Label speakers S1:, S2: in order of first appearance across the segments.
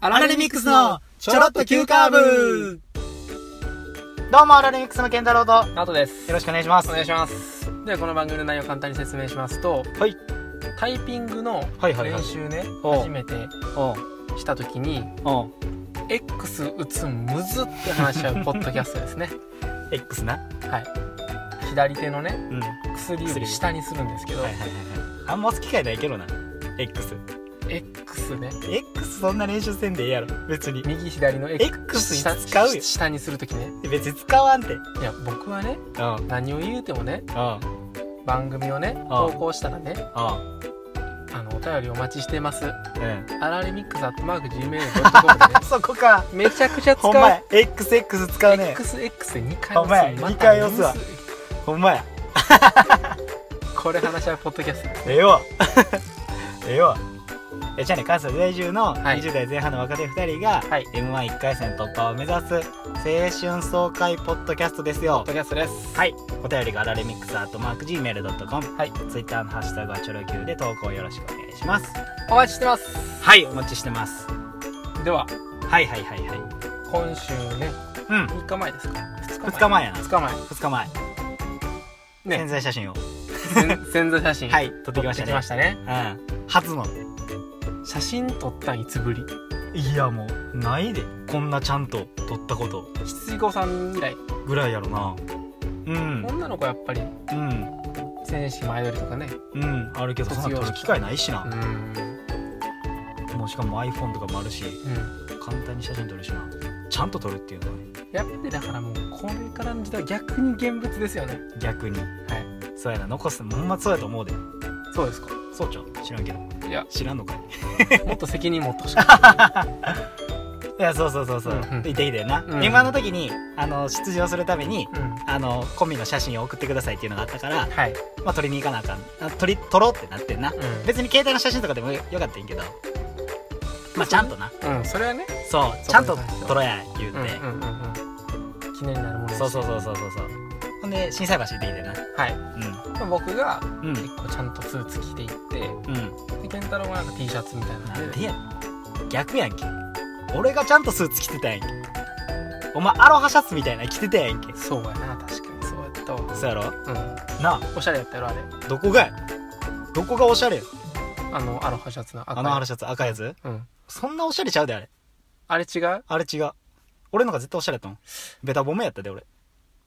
S1: アラレミックスのちょろっと急カーブ
S2: どうも、アラレミックスの健太郎と、よ
S1: ナオトです
S2: ろしくお願いします。
S1: お願いしますではこの番組の内容を簡単に説明しますと
S2: はい
S1: タイピングの
S2: はいはいは
S1: 練
S2: い
S1: 習ね
S2: おう
S1: 初めて
S2: おう
S1: した時に
S2: おう
S1: X 打つむずって話し合うポッドキャストです ね
S2: X な。
S1: 左手のね
S2: うん。はい
S1: 薬指下にするんですけど
S2: はいはいはい。あんま押す機会ないけどな。X。
S1: X ね
S2: X そんな練習せんでええやろ。別に。
S1: 右左の
S2: X
S1: X 下
S2: 使うよ
S1: 下下にする時ね
S2: 別に使わんて。うん。
S1: いや僕はね
S2: うん。うん。
S1: 何を言うてもね
S2: うん。
S1: 番組をね
S2: ああ
S1: 投稿したらねあのお便りお待ちしてます
S2: うん。
S1: アラレミックスアットマーク Gmail.com でね
S2: そこか。
S1: めちゃくちゃ使
S2: ほ
S1: うん
S2: まや。XX 使うね。
S1: XX で2回
S2: ほんまや
S1: 押す
S2: 二回押すわ
S1: またむ
S2: ほんまや。
S1: ずこれ話し合うポッドキャストです
S2: ええ わ。ええわ。えじゃあね、関西在住の
S1: はい
S2: 20代前半の若手2人が、
S1: はい
S2: m 1 1回戦突破を目指す青春爽快ポッドキャストですよ
S1: ポッドキャストです
S2: はいお便りがアラレミックスアットマーク Gmail.com
S1: はい
S2: ツイッターのハッシュタグはチョロ Q で投稿よろしくお願いします
S1: お待ちしてます
S2: はいお待ちしてます
S1: では
S2: はいはいはいはい
S1: 今週ね
S2: うん
S1: 3日前ですか2
S2: 2日前やな
S1: 2日前
S2: 2日前潜在写真を
S1: ねせん潜在写真
S2: はい撮ってきまし
S1: 撮
S2: た
S1: ってきま
S2: ね
S1: したね
S2: うん初の
S1: 写真撮ったんいつぶり
S2: いやもうないでこんなちゃんと撮ったこと
S1: 七五三以来
S2: ぐらいやろなうん
S1: 女の子やっぱり
S2: うん
S1: 成人式前撮りとかね
S2: うんあるけどそんな撮る機会ないしな
S1: う、ん
S2: もうしかも iPhone とかもあるし
S1: うん
S2: 簡単に写真撮るしなちゃんと撮るっていうのはね
S1: やっぱりだからもうこれからの時代は逆に現物ですよね
S2: 逆に
S1: はい
S2: そうやな残すほんまそうやと思うで
S1: そうですか
S2: そうちゃう知らんけど
S1: いや
S2: 知らんのかい
S1: もっと責任持ってほしかった
S2: いやそうそうそうそう、
S1: うんうん
S2: いていてな、
S1: うん
S2: m 1の時にあの出場するために
S1: うん
S2: あのコンビの写真を送ってくださいっていうのがあったから、
S1: はい、
S2: まあ、撮りに行かなあかんあ撮り撮ろうってなってんな
S1: う、
S2: 別に携帯の写真とかでもよよかったんやけどまあちゃんとなん
S1: うん、それはね
S2: そう
S1: そう
S2: ちゃんと撮ろうや言う
S1: う
S2: て、
S1: んうんうんうん記念になるもの
S2: そうそう
S1: う
S2: そうそうそうそうほんで心斎橋でいいでな
S1: はい僕が
S2: うんうん
S1: 結構ちゃんとスーツ着ていって
S2: うん
S1: で健太郎がなんか T シャツみたいな
S2: なんん
S1: で
S2: でや逆やんけ俺がちゃんとスーツ着てたやんけお前アロハシャツみたいなの着てたやんけ
S1: そうやな確かにそうやったわ
S2: そうやろ
S1: う
S2: なあ
S1: んおしゃれやったやろあれ
S2: どこがやどこがおしゃれよ
S1: あのアロハシャツの赤い
S2: あのアロハシャツ赤いやつ
S1: うん
S2: そんなおしゃれちゃうであれ
S1: あれ違う
S2: あれ違う俺のが絶対おしゃれやったもんベタ褒めやったで俺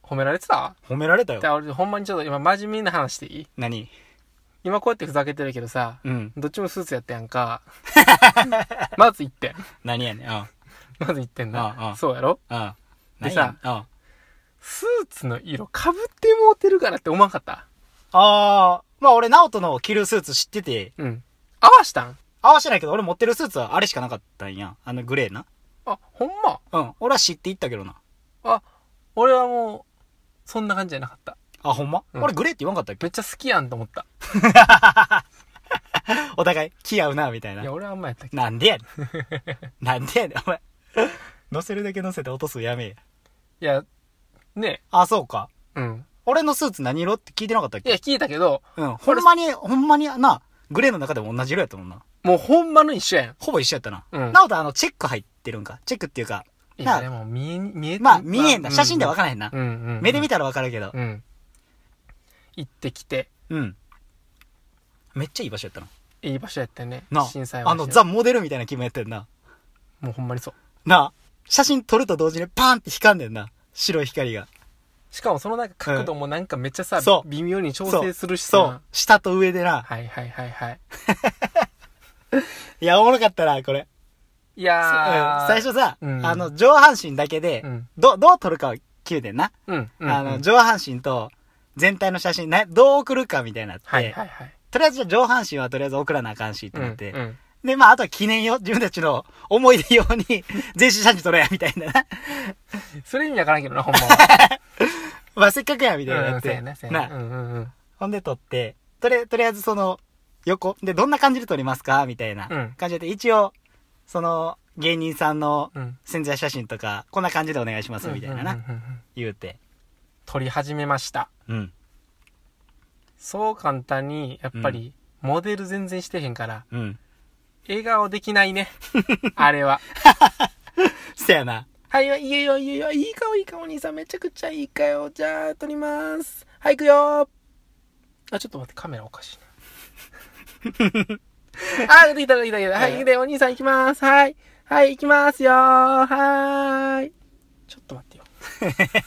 S1: 褒められてた
S2: 褒められたよ
S1: で俺ほんまにちょっと今真面目な話していい
S2: 何
S1: 今こうやってふざけてるけどさ
S2: うん
S1: どっちもスーツやったやん かまず1点
S2: 何やねんうんうん
S1: まず1点
S2: あああ
S1: な
S2: あ
S1: そうやろで
S2: 何
S1: さ
S2: やねんうん
S1: スーツの色かぶってもうてるからって思わんかった
S2: あーまあ俺ナオトの着るスーツ知ってて
S1: うん合わしたん
S2: 合わせないけど俺持ってるスーツはあれしかなかったんやあのグレーな
S1: あほんま
S2: うん俺は知っていったけどな
S1: あ俺はもうそんな感じじゃなかった
S2: あほんま、
S1: うん
S2: 俺グレーって言わんかったっけ
S1: めっちゃ好きやんと思った
S2: お互い気合うなみたい
S1: いや
S2: な
S1: 俺はあんまやったけど
S2: なんでやねんなんでやねんお前乗せるだけ乗せて落とすのやめえ
S1: いやね
S2: あそうか
S1: えうん
S2: 俺のスーツ何色って聞いてなかったっ
S1: いや
S2: け
S1: 聞いたけど
S2: うんほんまにほんまになグレーの中でも同じ色やったもんな
S1: もうほんまの一緒やん
S2: ほぼ一緒やったな、
S1: うん
S2: なおとあのチェック入ってるんかチェックっていうか
S1: い
S2: な
S1: やでも見え見え
S2: まあ見えんな写真では分
S1: か
S2: からへんな、
S1: んないうんうんうん
S2: 目で見たら分かるけど
S1: うん行ってきて
S2: うん、めっちゃいい場所やったない
S1: い場所やったよね
S2: な
S1: 震災
S2: ああのザ・モデルみたいな気分やってんな
S1: もうほんまにそう
S2: なあ写真撮ると同時にパーンって光んでんな白い光が
S1: しかもそのなんか角度もなんかめっちゃさ、
S2: そう
S1: 微妙に調
S2: そう
S1: 整するしさ
S2: そう下と上でな
S1: はいはいはいはい
S2: いや、おもろかったな、これ。
S1: い
S2: うん
S1: やー
S2: 最初さ、
S1: うん
S2: あの、上半身だけで、
S1: うん
S2: ど、どう撮るかを決めてんな。
S1: うんうん
S2: あ
S1: う
S2: の、
S1: ん
S2: 上半身と全体の写真、などう送るかみたいになって、
S1: はいはいはい
S2: とりあえずじゃあ上半身はとりあえず送らなあかんし、ってなって。
S1: うんうん
S2: で、まあ、あとは記念よ、自分たちの思い出用に 全身写真撮れや、みたいなな。
S1: それ意味わからんけどな、ほんまは。
S2: まあ、せっかくや、み
S1: う、
S2: たいになんっ
S1: そう
S2: て。
S1: やな、そうや
S2: な、
S1: な。うんうんうん。
S2: ほんで撮って、とりあえず、とりあえずその、横。で、どんな感じで撮りますかみたいな
S1: うん
S2: 感じで、一応、その、芸人さんの
S1: うん。
S2: 潜在写真とか、こんな感じでお願いします、みたいな
S1: うん
S2: な。
S1: うんうんうん。
S2: 言うて。
S1: 撮り始めました。
S2: うん。
S1: そう簡単に、やっぱり、モデル全然してへんから、
S2: うん。
S1: 笑顔でき ないね。あれは。
S2: せやな。
S1: はい、いいよ、いいよ、いい顔、いい顔、お兄さん、めちゃくちゃいい顔。じゃあ、撮ります。はい、行くよあ、ちょっと待って、カメラおかし いな。あ、できた、できた、できた。はい、で、お兄さん行きます。はい。はい、行きますよはーい。ちょっと待って よ。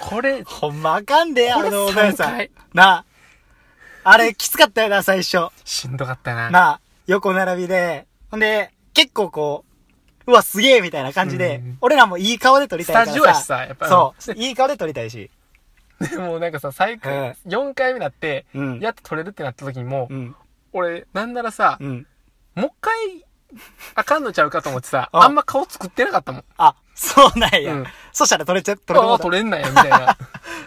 S1: これ、
S2: ほんまあかんで、あ
S1: これ
S2: のお姉
S1: 3
S2: さん
S1: 回。。
S2: なあ。あれ、きつかったよな、最初。
S1: しんどかったな。
S2: なあ、横並びで。ほんで、結構こう、うわ、すげえみたいな感じで、
S1: うん
S2: 俺らもいい顔で撮り
S1: ス
S2: たいから
S1: タ
S2: さ。
S1: ジオやしさ、やっぱ。
S2: そう。いい顔で撮りたいし。
S1: でもなんかさ、最
S2: う
S1: 高
S2: ん、
S1: 4回目だって、
S2: うん
S1: やっと撮れるってなった時にも
S2: う、ん。
S1: 俺、なんならさ、
S2: うん。
S1: もう一回、あかんのちゃうかと思ってさ、
S2: あ
S1: あんま顔作ってなかったもん。
S2: あ、そうなんや。
S1: うん
S2: そしたら撮れちゃ、撮れて
S1: あ
S2: も
S1: あ、
S2: うた
S1: 撮れんなんや、みたいな。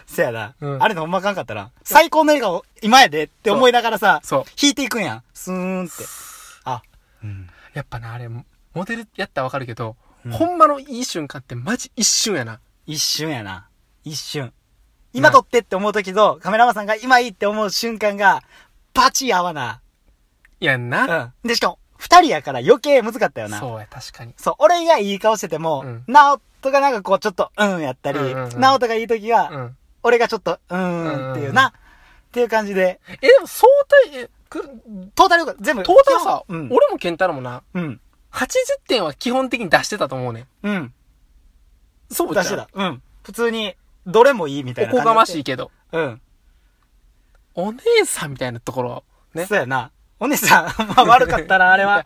S2: せやな。
S1: うん
S2: あれのほんまあかんかったな。最高の笑顔、今やでって思いながらさ、
S1: そう。
S2: 弾いていくんやん。スーンって。あ、うん。
S1: やっぱな、あれ、モデルやったらわかるけど、
S2: うん
S1: ほんまのいい瞬間ってマジ一瞬やな。
S2: 一瞬やな。一瞬。今撮ってって思う時と、カメラマンさんが今いいって思う瞬間が、バチ合わな。
S1: いやんな。
S2: うん。で、しかも、二人やから余計難かったよな。そう。
S1: そうや、確かに。
S2: 俺がいい顔してても、
S1: うん
S2: ナオトがなんかこう、ちょっと、うんやったり、
S1: うんうんうん
S2: ナオトがいい時は、
S1: うん。
S2: 俺がちょっと、うーんっていうな、
S1: うんうんうん
S2: っていう感じで、
S1: え、でも相対、え、く
S2: トータル、全部。
S1: トータルさ、
S2: 基本うん。
S1: 俺も健太郎もな、
S2: うん。
S1: 80点は基本的に出してたと思うねん。
S2: うん。
S1: そうじゃ
S2: 出
S1: ん
S2: してた。うん。普通に、どれもいいみたいな
S1: お
S2: 感じ。
S1: こがましい。けど。
S2: うん。
S1: お姉さんみたいなところ、ね。
S2: そうやな。お姉さん、 まあ悪かったな、あれは。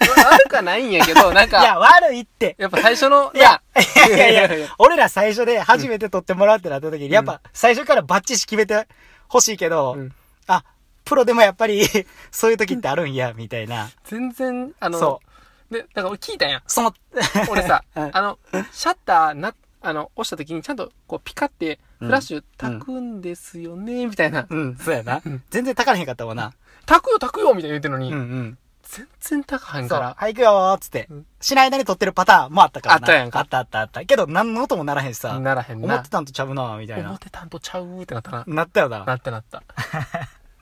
S1: 悪くは ないんやけど、なん
S2: いや、
S1: か、
S2: 悪いって。
S1: やっぱ最初の、
S2: いや、いや
S1: い
S2: い
S1: や
S2: や
S1: い
S2: い
S1: や
S2: や、俺ら最初で初めて撮ってもらうってなった時に、やっぱ最初からバッチし決めてほしいけど、
S1: うん
S2: あ、プロでもやっぱり、そういう時ってあるんや、みたいな。
S1: 全然、あの、
S2: そ
S1: で、だから俺聞いたんや。
S2: そ の、、
S1: 俺さ
S2: うん
S1: あの、シャッターな、あの、押した時にちゃんとこうピカってフラッシュ炊くんですよね、みたいな。
S2: うん、そうやな
S1: うん。
S2: 全然高らへんかったもんな。
S1: 炊くよ炊くよみたいな言ってんの
S2: う
S1: に、
S2: んうん。
S1: 全然炊かへん
S2: そう。
S1: から。
S2: はい、行くよーっつって
S1: うん。
S2: しない間に撮ってるパターンもあったから
S1: あっ
S2: な。
S1: たやんか
S2: あったあったあった。けど、何の音もならへんしさ。
S1: ならへん
S2: 思
S1: な
S2: って。たんとちゃうなーみたい
S1: 思っ
S2: な。
S1: てたんとちゃうってなったな。
S2: なったよな。
S1: なったなった。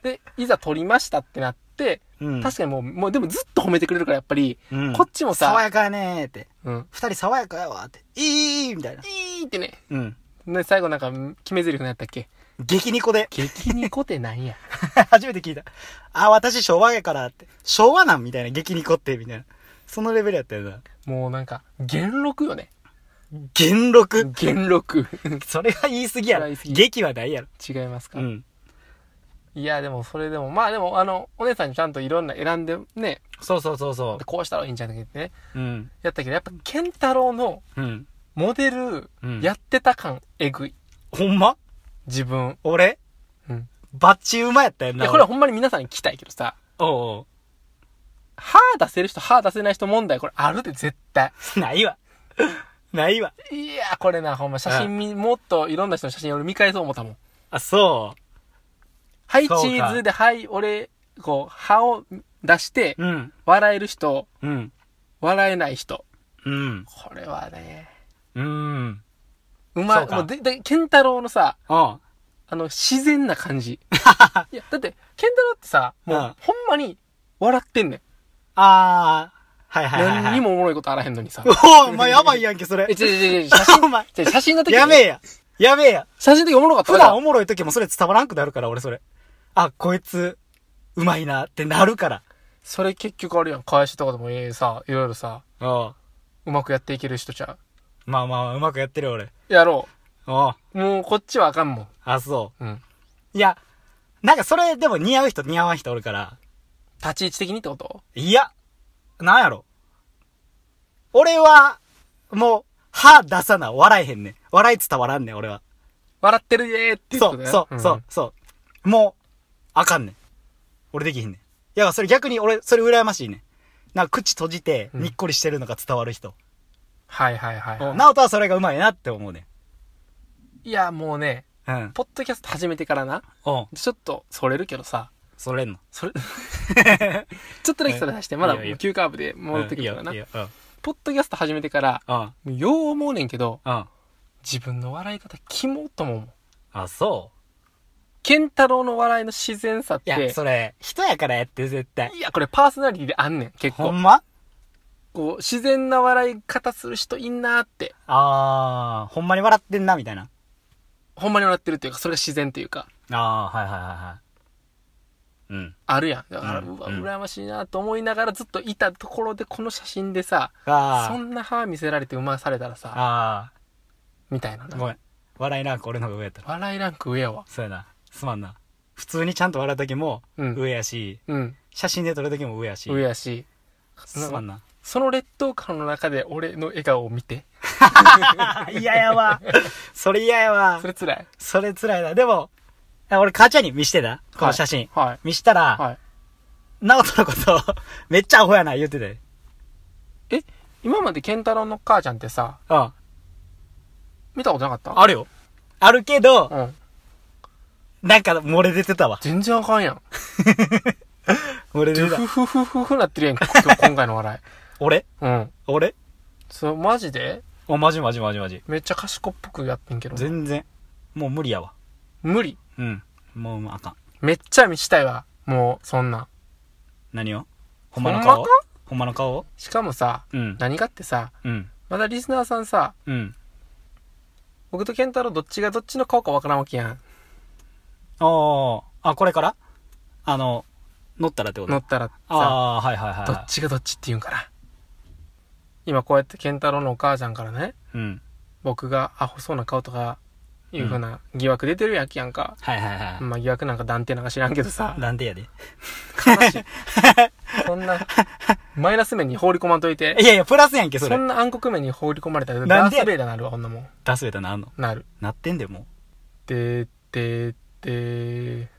S1: で、いざ撮りましたってなって、
S2: うん。
S1: 確かにもう、もうでもずっと褒めてくれるからやっぱり、
S2: うん
S1: こっちも
S2: 爽
S1: さ、
S2: やかやねーって。
S1: うん。
S2: 二人爽やかやわーって。いいいいみたいな。
S1: いいってね。
S2: うん。
S1: ね、最後なんか、決め台詞なんやったっけ
S2: 激ニコで。
S1: 激ニコってなんや。
S2: 初めて聞いた。あ、私昭和やからって。昭和なんみたいな、激ニコって、みたいな。そのレベルやったよな。
S1: もうなんか、元禄よね。
S2: 元禄。
S1: 元禄。
S2: それは言い過ぎやろ
S1: それは言い過。ぎ
S2: 劇はないやろ。
S1: 違いますか、
S2: うん。
S1: いや、でもそれでも、まあでも、あの、お姉さんにちゃんといろんな選んでね、
S2: そうそうそうそ
S1: こうしたらいいんじゃないってね、
S2: う。うん。
S1: やったけど、やっぱ、ケンタロウの
S2: うん。
S1: モデル
S2: うん、
S1: やってた感、えぐい。
S2: ほんま
S1: 自分。
S2: 俺
S1: うん。
S2: バッチうまやったやん
S1: い
S2: な。
S1: や、これは
S2: 俺
S1: ほんまに皆さんに聞きたいけどさ、
S2: おう
S1: 歯出せる人、歯出せない人問題、これあるで、絶対。
S2: おう。 ないわ。ないわ。
S1: いや、これな、ほんま、写真見、もっといろんな人の写真俺見返そう思ったもん。
S2: あ、そ
S1: はい、チ
S2: そうか
S1: ーズで、はい、俺、こう、歯を出して、
S2: う。うん。
S1: 笑える人、
S2: うん。
S1: 笑えない人。
S2: うん。
S1: これはね、
S2: うん。
S1: うま
S2: そ
S1: い。
S2: うか
S1: もうで、で、ケンタロウのさ、
S2: おう。
S1: あの、自然な感 じ。いや、だって、ケンタロウってさ、もう、
S2: うん
S1: ほんまに、笑ってんねん。
S2: あー。はいはいはい、はい。
S1: 何に。もおもろいことあらへんのにさ。
S2: おう、お前やばいやんけ、それ
S1: え、。違う違う違う、写真、
S2: お前
S1: 違う写真の時に
S2: やべえや。やべえや。
S1: 写真の時おもろかった
S2: 普
S1: から
S2: 段おもろい時もそれ伝わらんくなるから、俺それ。あ、こいつ、うまいなってなるから。
S1: それ結局あるやん。返しとかでもええさ、いろいろさ、
S2: おう
S1: うまくやっていける人ちゃ
S2: まあまあ、うまくやってるよ、俺。
S1: う。やろ
S2: おう
S1: う。もう、こっちはあかんもん。
S2: あ、そ
S1: うん。
S2: う。いや、なんかそれでも似合う人似合わん人おるから。
S1: 立ち位置的にってこと
S2: いや、なんやろ。俺は、もう、歯出さな、笑えへんねん。笑い伝わらんねん、俺は。
S1: 笑ってるでーって
S2: そう、そう、そう、そう。もう、あかんねん。俺できへんねん。いや、それ逆に俺、それ羨ましいねん。なんか口閉じて、
S1: うん
S2: にっこりしてるのが伝わる人。
S1: はいはいはいはい。
S2: ナオトはそれがうまいなって思うね
S1: いや、もうね、
S2: ん。うん。
S1: ポッドキャスト始めてからな、
S2: おう
S1: ちょっと、それるけどさ、
S2: それんの。
S1: それ、ちょっとだけそれ出して、まだもう急カーブで戻ってくるからな
S2: うんい。いよいいよ
S1: ポッドキャスト始めてから、
S2: うん。うん。
S1: もうよう思うねんけど、
S2: うん。
S1: 自分の笑い方キモっとも思う。
S2: あ、そ
S1: ケンタロウの笑いの自然さっ
S2: い
S1: て、
S2: や、それ、人やからやって、絶対。
S1: いや、これパーソナリティであんねん、結
S2: ほ
S1: 構。
S2: んま
S1: こう、自然な笑い方する人いんなーって、
S2: あー、ほんまに笑ってんな、みたいな。
S1: ほんまに笑ってるっていうか、それが自然っていうか、
S2: あー、はいはいはいはい。うん。
S1: あるやん。だから、
S2: う
S1: うんわ、
S2: うん
S1: 羨ましいなと思いながらずっといたところで、この写真でさ、
S2: あ
S1: そ
S2: ー、
S1: んな歯見せられて生まされたらさ、
S2: あ
S1: みたいなな
S2: ー、ごめん。笑いなんか俺の方が上やったら。
S1: 笑いランク上やわ。
S2: そうやな。すまんな。普通にちゃんと笑う時も、
S1: うん
S2: 上やし、
S1: うん。
S2: 写真で撮る時も上やし。
S1: 上やし、
S2: すまんな。
S1: その劣等感の中で俺の笑顔を見て。
S2: 嫌やわ。 それ嫌やわ
S1: そ。れ辛い。
S2: それ辛いな。でも、あ俺母ちゃんに見してたこの写真。
S1: はい。
S2: 見したら、
S1: はい。
S2: 直人のこと、 めっちゃアホやな、言ってて。
S1: 今までケンタロウの母ちゃんってさ、
S2: うん。
S1: 見たことなかった
S2: あるよ。あるけど、
S1: うん。
S2: なんか漏れ出てたわ。
S1: 全然あかんやん。
S2: 漏れ
S1: ド
S2: 出
S1: ゥ
S2: てた
S1: フ。フフフフなってるやん、今日今回の笑
S2: 俺
S1: い。 うん。
S2: 俺
S1: そう、マジで
S2: お、マジマジマジマジ。
S1: めっちゃ賢っぽくやってんけど。
S2: 全然。もう無理やわ。
S1: 無理。
S2: うん。もう、もうあかん。
S1: めっちゃ見したいわ。もう、そんなん。
S2: 何をほんまの
S1: ほん
S2: 顔
S1: まか
S2: ほんまの顔
S1: しかもさ、
S2: うん。
S1: 何がってさ、
S2: うん。
S1: まだリスナーさんさ、
S2: うん。
S1: 僕とケンタロウどっちがどっちの顔かわからんわけやん。
S2: ああ、あ、これからあの、乗ったらってこと
S1: 乗ったらさ、
S2: ああー、はいはいはいはい。
S1: どっちがどっちって言うんかな。今こうやってケンタロウのお母ちゃんからね、
S2: うん。
S1: 僕がアホそうな顔とか、いうふうな疑惑出てるやんけやんか。
S2: はいはいはい。
S1: まあ疑惑なんか断定なんか知らんけど さ。
S2: なんでやで。
S1: 悲しい。そんな、マイナス面に放り込まんといて。
S2: いやいや、プラスやんけ、そ
S1: そ
S2: れ。
S1: んな暗黒面に放り込まれたら、
S2: な
S1: ダ
S2: ん
S1: ー
S2: でや
S1: スベイダーなるわ、こんなもん。
S2: 出すべたなあんの。
S1: なる。
S2: なってんで、も
S1: で、で、で、
S2: う。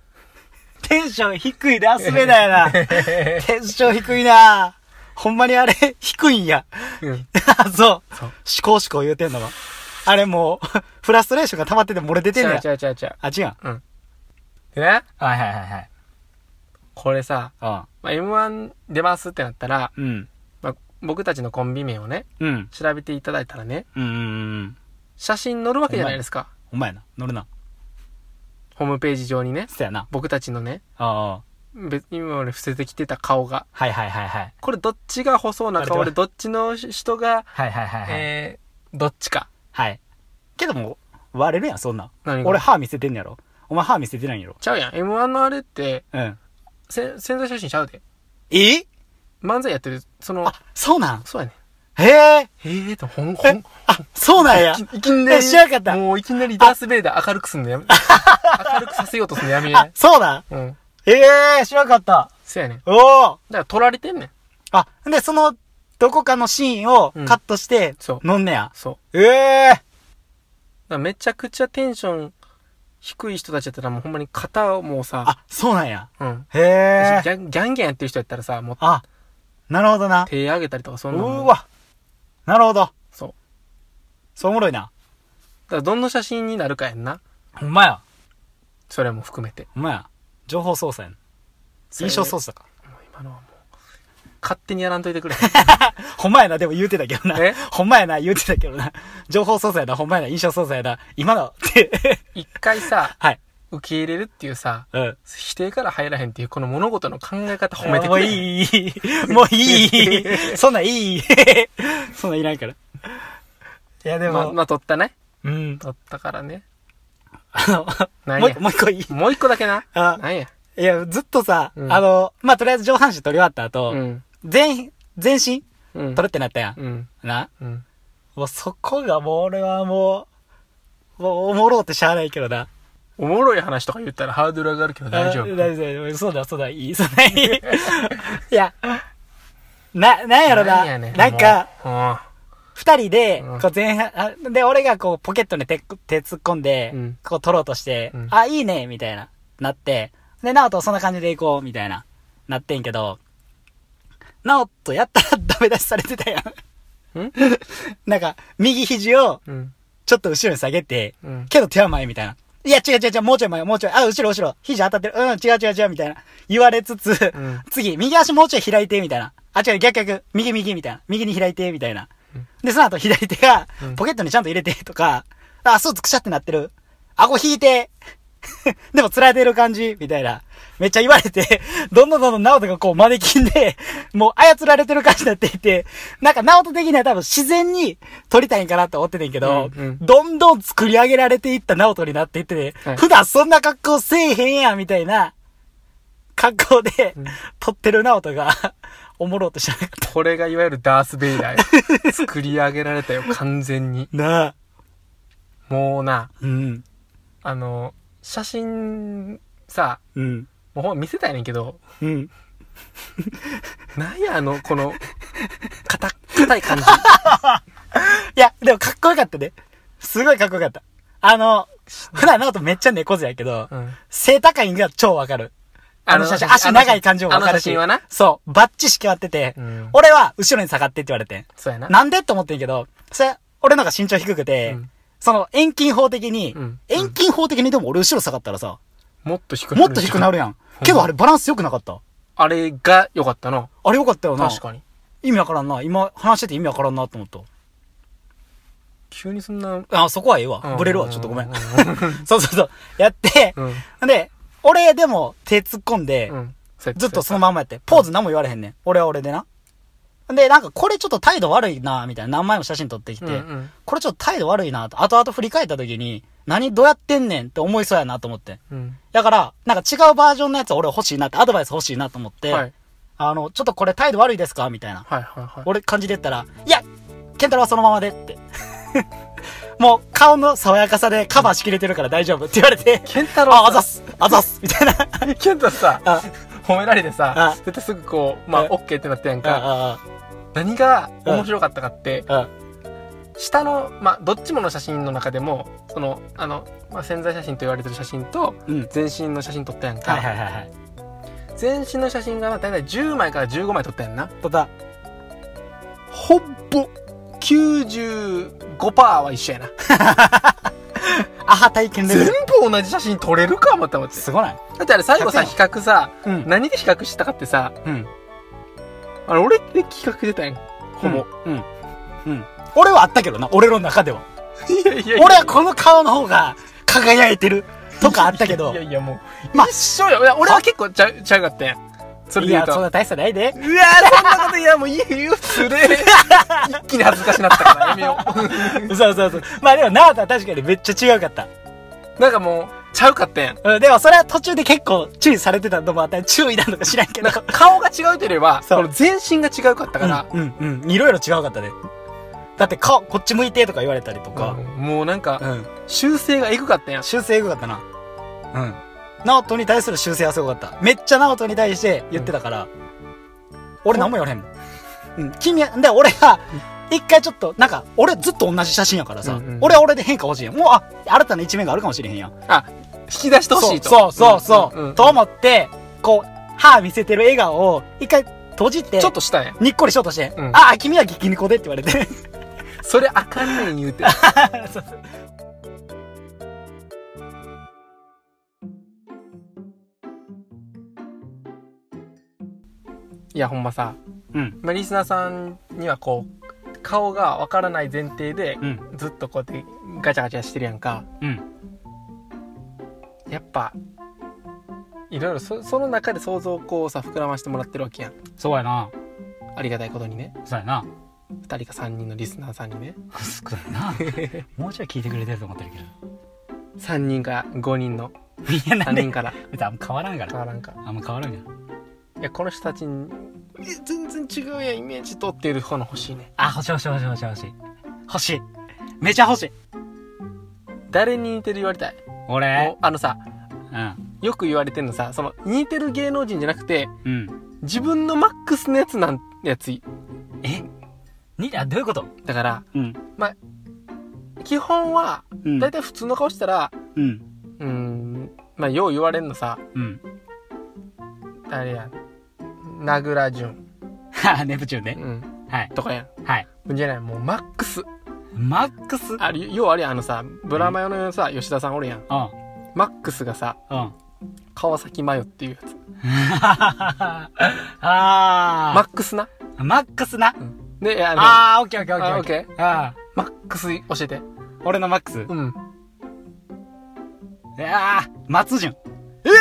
S2: テンション低いで、すべだよ な。テンション低いな。ほんまにあれ、低いんや。
S1: うん。
S2: あそう。
S1: そう
S2: 思考思考言うてんのは。あれもう、 フラストレーションが溜まってて漏れ出て
S1: ち
S2: ん
S1: ゃ
S2: のや
S1: うち。ゃうちゃうちゃ
S2: あ、違う。
S1: う。うん。でね、
S2: はいはいはい
S1: これさ、
S2: は
S1: まあ、M1 出ますってなったら、
S2: い。うん。
S1: まあ、僕たちのコンビ名をね、
S2: うん。
S1: 調べていただいたらね、
S2: うん。うんうん。
S1: 写真載るわけじゃないですか。
S2: ほんまやな。乗るな。
S1: ホームページ上にね、
S2: そうやな。
S1: 僕たちのね、
S2: ああ。
S1: 別に今まで伏せてきてた顔が。
S2: はいはいはいはい。
S1: これどっちが細な顔で、どっちの人が、
S2: はいはいはいはい。
S1: えー、どっちか。
S2: はい。けどもう、割れるやん、そんなん。
S1: 何が
S2: 俺歯見せてんやろ。お前歯見せてないんやろ。
S1: ちゃうやん。M1 のあれって、
S2: うん。
S1: せ潜在写真ちゃうで。
S2: え
S1: 漫才やってる、その
S2: あ、、そうなん
S1: そうやね。
S2: へえ
S1: へえーと、ほん、ほ
S2: え
S1: ん、、
S2: あ、そうなんや。
S1: いきな
S2: え
S1: り、
S2: 知らんかった
S1: もういきなりダースベイダー明るくすん のやめ、明るくさせようとすんのやめ
S2: あ
S1: ね、。
S2: そうなん
S1: うん。
S2: ええ知らんかった。
S1: そうやねん。だ
S2: おお
S1: から取られてんねん。
S2: あ、で、その、どこかのシーンをカットして、
S1: そう
S2: 飲んねや。
S1: そう。
S2: ええ
S1: だからめちゃくちゃテンション低い人たちやったらもうほんまに肩をもうさ、
S2: あ、そうなんや。
S1: うん。
S2: へえ
S1: ギャンギャンギャンやってる人やったらさ、もう
S2: あ、なるほどな。
S1: 手上げたりとかそ
S2: うん
S1: なもん
S2: ーわ。なるほど。
S1: そう。だ
S2: そうおもろいな。
S1: からどんな写真になるかやんな。
S2: ほんまや。
S1: それも含めて。
S2: ほんまや。情報操作やん。
S1: そうやね
S2: 印象操作か。
S1: もう今のはもう、勝手にやらんとい てくれ。
S2: ほんまやな、でも言うてたけどな
S1: え。
S2: ほんまやな、言うてたけどな。情報操作やな、ほんまやな、印象操作やな。今の、って。
S1: 一回さ、
S2: はい。
S1: 受け入れるっていうさ、
S2: うん。
S1: 否定から入らへんっていう、この物事の考え方褒
S2: 褒め
S1: め
S2: て
S1: て
S2: く
S1: く
S2: れ。
S1: れ。
S2: もういい。もういい。そんなんい い。そんなんいらんから。いや、で
S1: ま、
S2: も、
S1: まあ、取ったね。
S2: うん。
S1: 取ったからね。
S2: あの、
S1: 何
S2: もう
S1: や
S2: 一個もう一個いい。
S1: もう一個だけな。
S2: あ
S1: なんや。
S2: いや、ずっとさ、
S1: うん
S2: あの、まあ、とりあえず上半身取り終わった後、
S1: うん。
S2: 全、全身
S1: うん。
S2: 取るってなったやん。
S1: うん。
S2: な
S1: うん。
S2: もうそこがもう俺はもう、もうおもろうってしゃあないけどな。
S1: おもろい話とか言ったらハードル上がるけど大丈
S2: あ
S1: 夫。
S2: 大丈夫。そうだ、そうだ、いい、そうだ、い い。いや、な、なんやろな。
S1: や
S2: な
S1: ね
S2: んか、、
S1: も
S2: 二人で
S1: うん、
S2: こう前半、あで、俺がこうポケットに手、手突っ込んで、
S1: うん
S2: こう取ろうとして、
S1: うん
S2: あ、いいね、みたいな、なって、で、ナオトそんな感じで行こう、みたいな、なってんけど、ナオトやったらダメ出しされてたやん。
S1: ん
S2: なんか、右肘を
S1: ううん。
S2: ちょっと後ろに下げて、
S1: うん。
S2: けど手は前みたいな。いや、違う違う違う、もうちょい前、もうちょい、あ、後ろ後ろ、肘当たってる、うん、違う違う違う、みたいな。言われつつ、
S1: ん
S2: 次、右足もうちょい開いて、みたいな。あ、違う、逆逆、右右、みたいな。右に開いて、みたいな。で、その後左手が
S1: う、ん
S2: ポケットにちゃんと入れて、とか、あ、スーツくしゃってなってる。顎引いて、 でも釣られてる感じみたいな。めっちゃ言われて、どんどんどんどん直人がこうマネキンで、もう操られてる感じになっていて、なんか直人的には多分自然に撮りたいんかなって思っててんけど、
S1: うんうん
S2: どんどん作り上げられていった直人になっていって、
S1: はい
S2: 普段そんな格好せえへんやんみたいな格好で、撮ってる直人が、 おもろうとしてなかった。
S1: これがいわゆるダース・ベイダー よ作り上げられたよ、完全に。
S2: なあ。
S1: もうな、
S2: うん。
S1: あの、写真、さ、
S2: うん。
S1: もうほんま見せたいねんけど、
S2: うん。
S1: なんや、あの、この、かた、硬い感じ。
S2: いや、でもかっこよかったね。すごいかっこよかった。あの、普段直人めっちゃ猫背やけど、
S1: うん。
S2: 背高いんが超わかる。あの写真、足長い感じもわか
S1: あの
S2: る
S1: 写
S2: し
S1: 真はな。。
S2: そう、バッチし決まってて、
S1: うん。
S2: 俺は後ろに下がってって言われてん。
S1: そうやな。
S2: なんでって思ってんけど、それ、俺の方が身長低くて、
S1: うん
S2: その遠近法的に、
S1: うん
S2: 遠近法的にでも俺後ろ下がったらさ、
S1: もっと低く
S2: もっと低くな
S1: る。
S2: るやん。けどあれバランス良くなかった。
S1: あれが良かったな。
S2: あれ良かったよな。
S1: 確かに。
S2: 意味わからんな。今話してて意味わからんなと思った。
S1: 急にそんな、
S2: あ、そこはええわ。ブレるわ。ちょっとごめん。 そうそうそう。やって、
S1: うん。
S2: で、俺でも手突っ込んで、
S1: うん。そうや
S2: ずっとそのまんまやって、ポーズ何も言われへんねん。俺は俺でな。で、なんかこれちょっと態度悪いな、みたいな。何枚も写真撮ってきて、
S1: うんうん
S2: これちょっと態度悪いな、と後々振り返った時に、何どうやってんねんって思いそうやなと思って。
S1: うん。
S2: だから、なんか違うバージョンのやつ俺欲しいなって、アドバイス欲しいなと思って、
S1: はい。
S2: あの、ちょっとこれ態度悪いですかみたいな。
S1: はいはいはい。
S2: 俺感じで言ったら、いや、ケンタロウはそのままでって。 もう顔の爽やかさでカバーしきれてるから大丈夫って言われて、
S1: ケンタロウさん
S2: あ、あざっす、あざっす、みたいな。
S1: ケンタさ、
S2: あ、
S1: 褒められてさ
S2: あ、
S1: 絶対すぐこう、まあ、
S2: あ
S1: オッケーってなったやんか。
S2: あ、
S1: 何が面白かったかって、
S2: あ、あ、
S1: 下の、まあ、どっちもの写真の中でも、その、あの、まあ、潜在写真と言われてる写真と、
S2: うん。
S1: 全身の写真撮ったやん
S2: はいは
S1: か。
S2: いはいはい。
S1: 全身の写真が、まあ大体10枚から15枚撮ったやんな。
S2: ただ、
S1: ほぼ、95%は一緒や な。
S2: アハ体験レベ
S1: 全
S2: ル。
S1: 部同じ写真撮れるかもって思って。
S2: すごない
S1: だってあれ最後さ、比較さ、
S2: うん。
S1: 何で比較したかってさ、
S2: うん。
S1: あれ俺って比較出たやん。ほぼ。
S2: うん。うん。俺はあったけどな、俺の中では。
S1: いやいやいや
S2: 俺はこの顔の方が輝いてるとかあったけど
S1: いや、いやもう、
S2: まあ
S1: 一緒よいや俺は結構ちゃうちゃうかったやんそれ
S2: い
S1: で言う
S2: や、
S1: と
S2: そんな大差ないで。
S1: うわーそんなこといやもういいよつれ え一気に恥ずかしなったからやめよ
S2: そうそうそう。まあでも、ナオトは確かにめっちゃ違うかった。
S1: う なんかもうちゃうかったやん
S2: うん、でもそれは途中で結構注意されてたのもあったり注意なのか知らんけ
S1: な
S2: ど
S1: ん。か顔が違うというよりは
S2: そう
S1: この全身が違うかったから、
S2: うん、うん、うん。いろいろ違うかったね。だって顔、こっち向いてとか言われたりとか
S1: うん。もうなんか
S2: うん。
S1: 修正がエグかったやん
S2: 修正エグかったな。うん。ナオトに対する修正はすごかった。めっちゃナオトに対して言ってたから、俺何も言われへんもん。うん。君は、で、俺が、一回ちょっと、なんか、俺ずっと同じ写真やからさ、
S1: うんうん
S2: 俺は俺で変化欲しいやん。もう、あ、新たな一面があるかもしれへんやん。
S1: あ引き出してほしいと
S2: そうそうそう。
S1: んんん
S2: と思って、こう、歯見せてる笑顔を、一回閉じて、
S1: ちょっとしたやん
S2: にっこりしようとして、
S1: うん
S2: ああ、君は激ニコでって言われて。
S1: それあかんねん言うて
S2: そうそう
S1: いやほんまさ、
S2: うん。
S1: まあ、リスナーさんにはこう顔がわからない前提で
S2: うん。
S1: ずっとこうやってガチャガチャしてるやんか
S2: うん。
S1: やっぱいろいろそその中で想像をこうさ膨らましてもらってるわけやん
S2: そうやな。
S1: ありがたいことにね
S2: そうやな。
S1: 2人か3人のリスナーさんにね
S2: 少ないな。 もうちょい聞いてくれてると思ってるけど。
S1: 3人か5人の
S2: いや、な
S1: 3
S2: んで
S1: 人から
S2: 別にあんま変わらんか
S1: 変
S2: ら。
S1: わらんか
S2: あんま変わらんやん。
S1: いやこの人たちにえ全然違うやんイメージとっていう方の欲しいね
S2: あ、欲しい欲しい欲しい欲しい欲しい。欲しい。めちゃ欲しい。
S1: 誰に似てる言われたいも
S2: 俺
S1: う、あのさ
S2: うん。
S1: よく言われてんのさその似てる芸能人じゃなくて
S2: うん。
S1: 自分のマックスのやつなんやつい
S2: えに、あ、どういうこと
S1: だから
S2: うん。
S1: 基本は
S2: うん。
S1: 大体普通の顔したら
S2: うん。
S1: うーんまあよう言われんのさ
S2: うん。
S1: あれや名倉潤、
S2: は ネプチューンね。
S1: うん、
S2: はい。
S1: とかや
S2: はい。
S1: んじゃないもうマックス
S2: マックスうん。
S1: あれようあれやんあのさブラマヨのさ吉田さんおるやんマックスがさ
S2: うん。
S1: 川崎マヨっていうやつ
S2: ああ。
S1: マックスな
S2: マックスな。
S1: であの
S2: ああ、オッケーオッケー
S1: あオ
S2: オッ
S1: ッ
S2: ケー。
S1: ケー
S2: ああ。
S1: マックス教えて
S2: 俺のマックス。
S1: うん
S2: ああ、松潤。
S1: うわ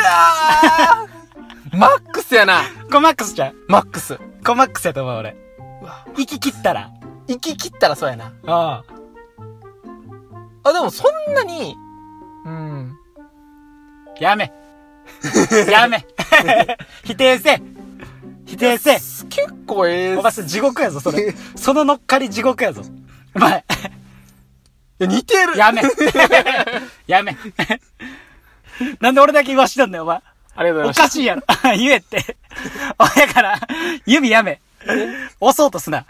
S1: ーマックスやな
S2: コマックスちゃん。
S1: マックス。
S2: コマックスやと思う、俺。
S1: うわ
S2: 息切ったら。
S1: 行き切ったらそうやな。
S2: ああ。
S1: あ、でもそんなに、うん。
S2: やめ。 やめ。 否定せん。否定せん。
S1: 結構ええ
S2: おばす地獄やぞ、それ。 その乗っかり地獄やぞ。お前、
S1: いや似てる
S2: やめ。 やめ。 なんで俺だけ言わしてんだよ、お前。
S1: ありがとう
S2: お
S1: ござい
S2: か
S1: まし
S2: しいやろ。 言えって。親から、指やめ。押そうとすな。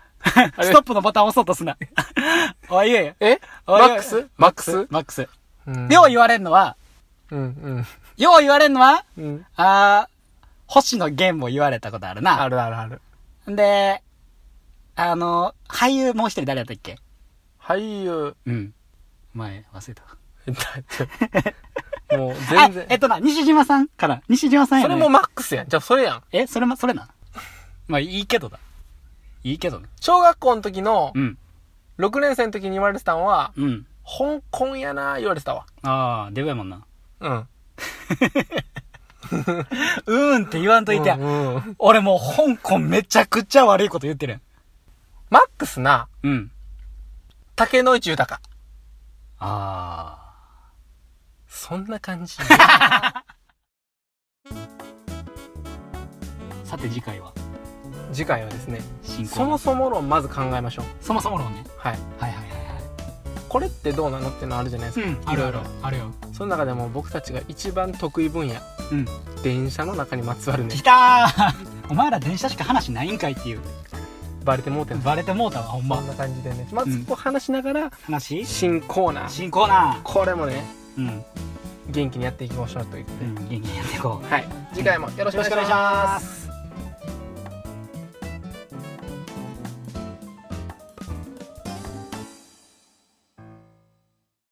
S1: れ
S2: ストップのボタン押そうとすな。 おい、言えよ。
S1: た。え
S2: おい
S1: マックスマックス
S2: マックス。
S1: うん
S2: よう言われんのは、
S1: うん、
S2: よう言われんのは、
S1: うん。うん。
S2: あー、星野源も言われたことあるな。
S1: あるあるある。
S2: で、あの、俳優もう一人誰やったっけ
S1: 俳優。
S2: うん。前、忘れた。
S1: だ ってもう全
S2: あえっ
S1: 然。
S2: とな、西島さんから。西島さんや
S1: そ
S2: ね
S1: れもマックスやん。じゃあそれやん。
S2: え、それも、それな。まあ、いいけどだ。いいけどね。
S1: 小学校の時の
S2: う、ん。
S1: 6年生の時に言われてたのは、
S2: うん。
S1: 香港やな言われてたわ。
S2: ああ、デブやもんな。
S1: うん。
S2: うーんって言わんといてや。
S1: うんうん
S2: 俺もう香港めちゃくちゃ悪いこと言ってるやん。
S1: マックスな、
S2: うん。
S1: 竹野内豊。
S2: ああ。
S1: そんな感 じ。
S2: さて次回は、
S1: 次回はですね、
S2: 進行。
S1: そもそも論まず考えましょう。
S2: そもそも論ね。
S1: はい。
S2: はいはいはい
S1: これってどうなのってのあるじゃないですか。
S2: はい。うん、あるある。あるよ。
S1: その中でも僕たちが一番得意分野、
S2: うん。
S1: 電車の中にまつわるね
S2: 来。たー お前ら電車しか話ないんかいっていう。
S1: バレてもうてん
S2: バレてもうたわ、ほん
S1: こ
S2: ま
S1: ん。な感じでね。ま
S2: う
S1: ず
S2: ん
S1: こう話しながら、
S2: 話
S1: 新コーナー。
S2: 進行な
S1: これもね、
S2: うん。
S1: 元気にやっていきましょうというこ
S2: うん、元気にやっていこう。
S1: とで。はい。次回もよろしくお願いし
S2: よろしくお願いし
S1: ま。
S2: ます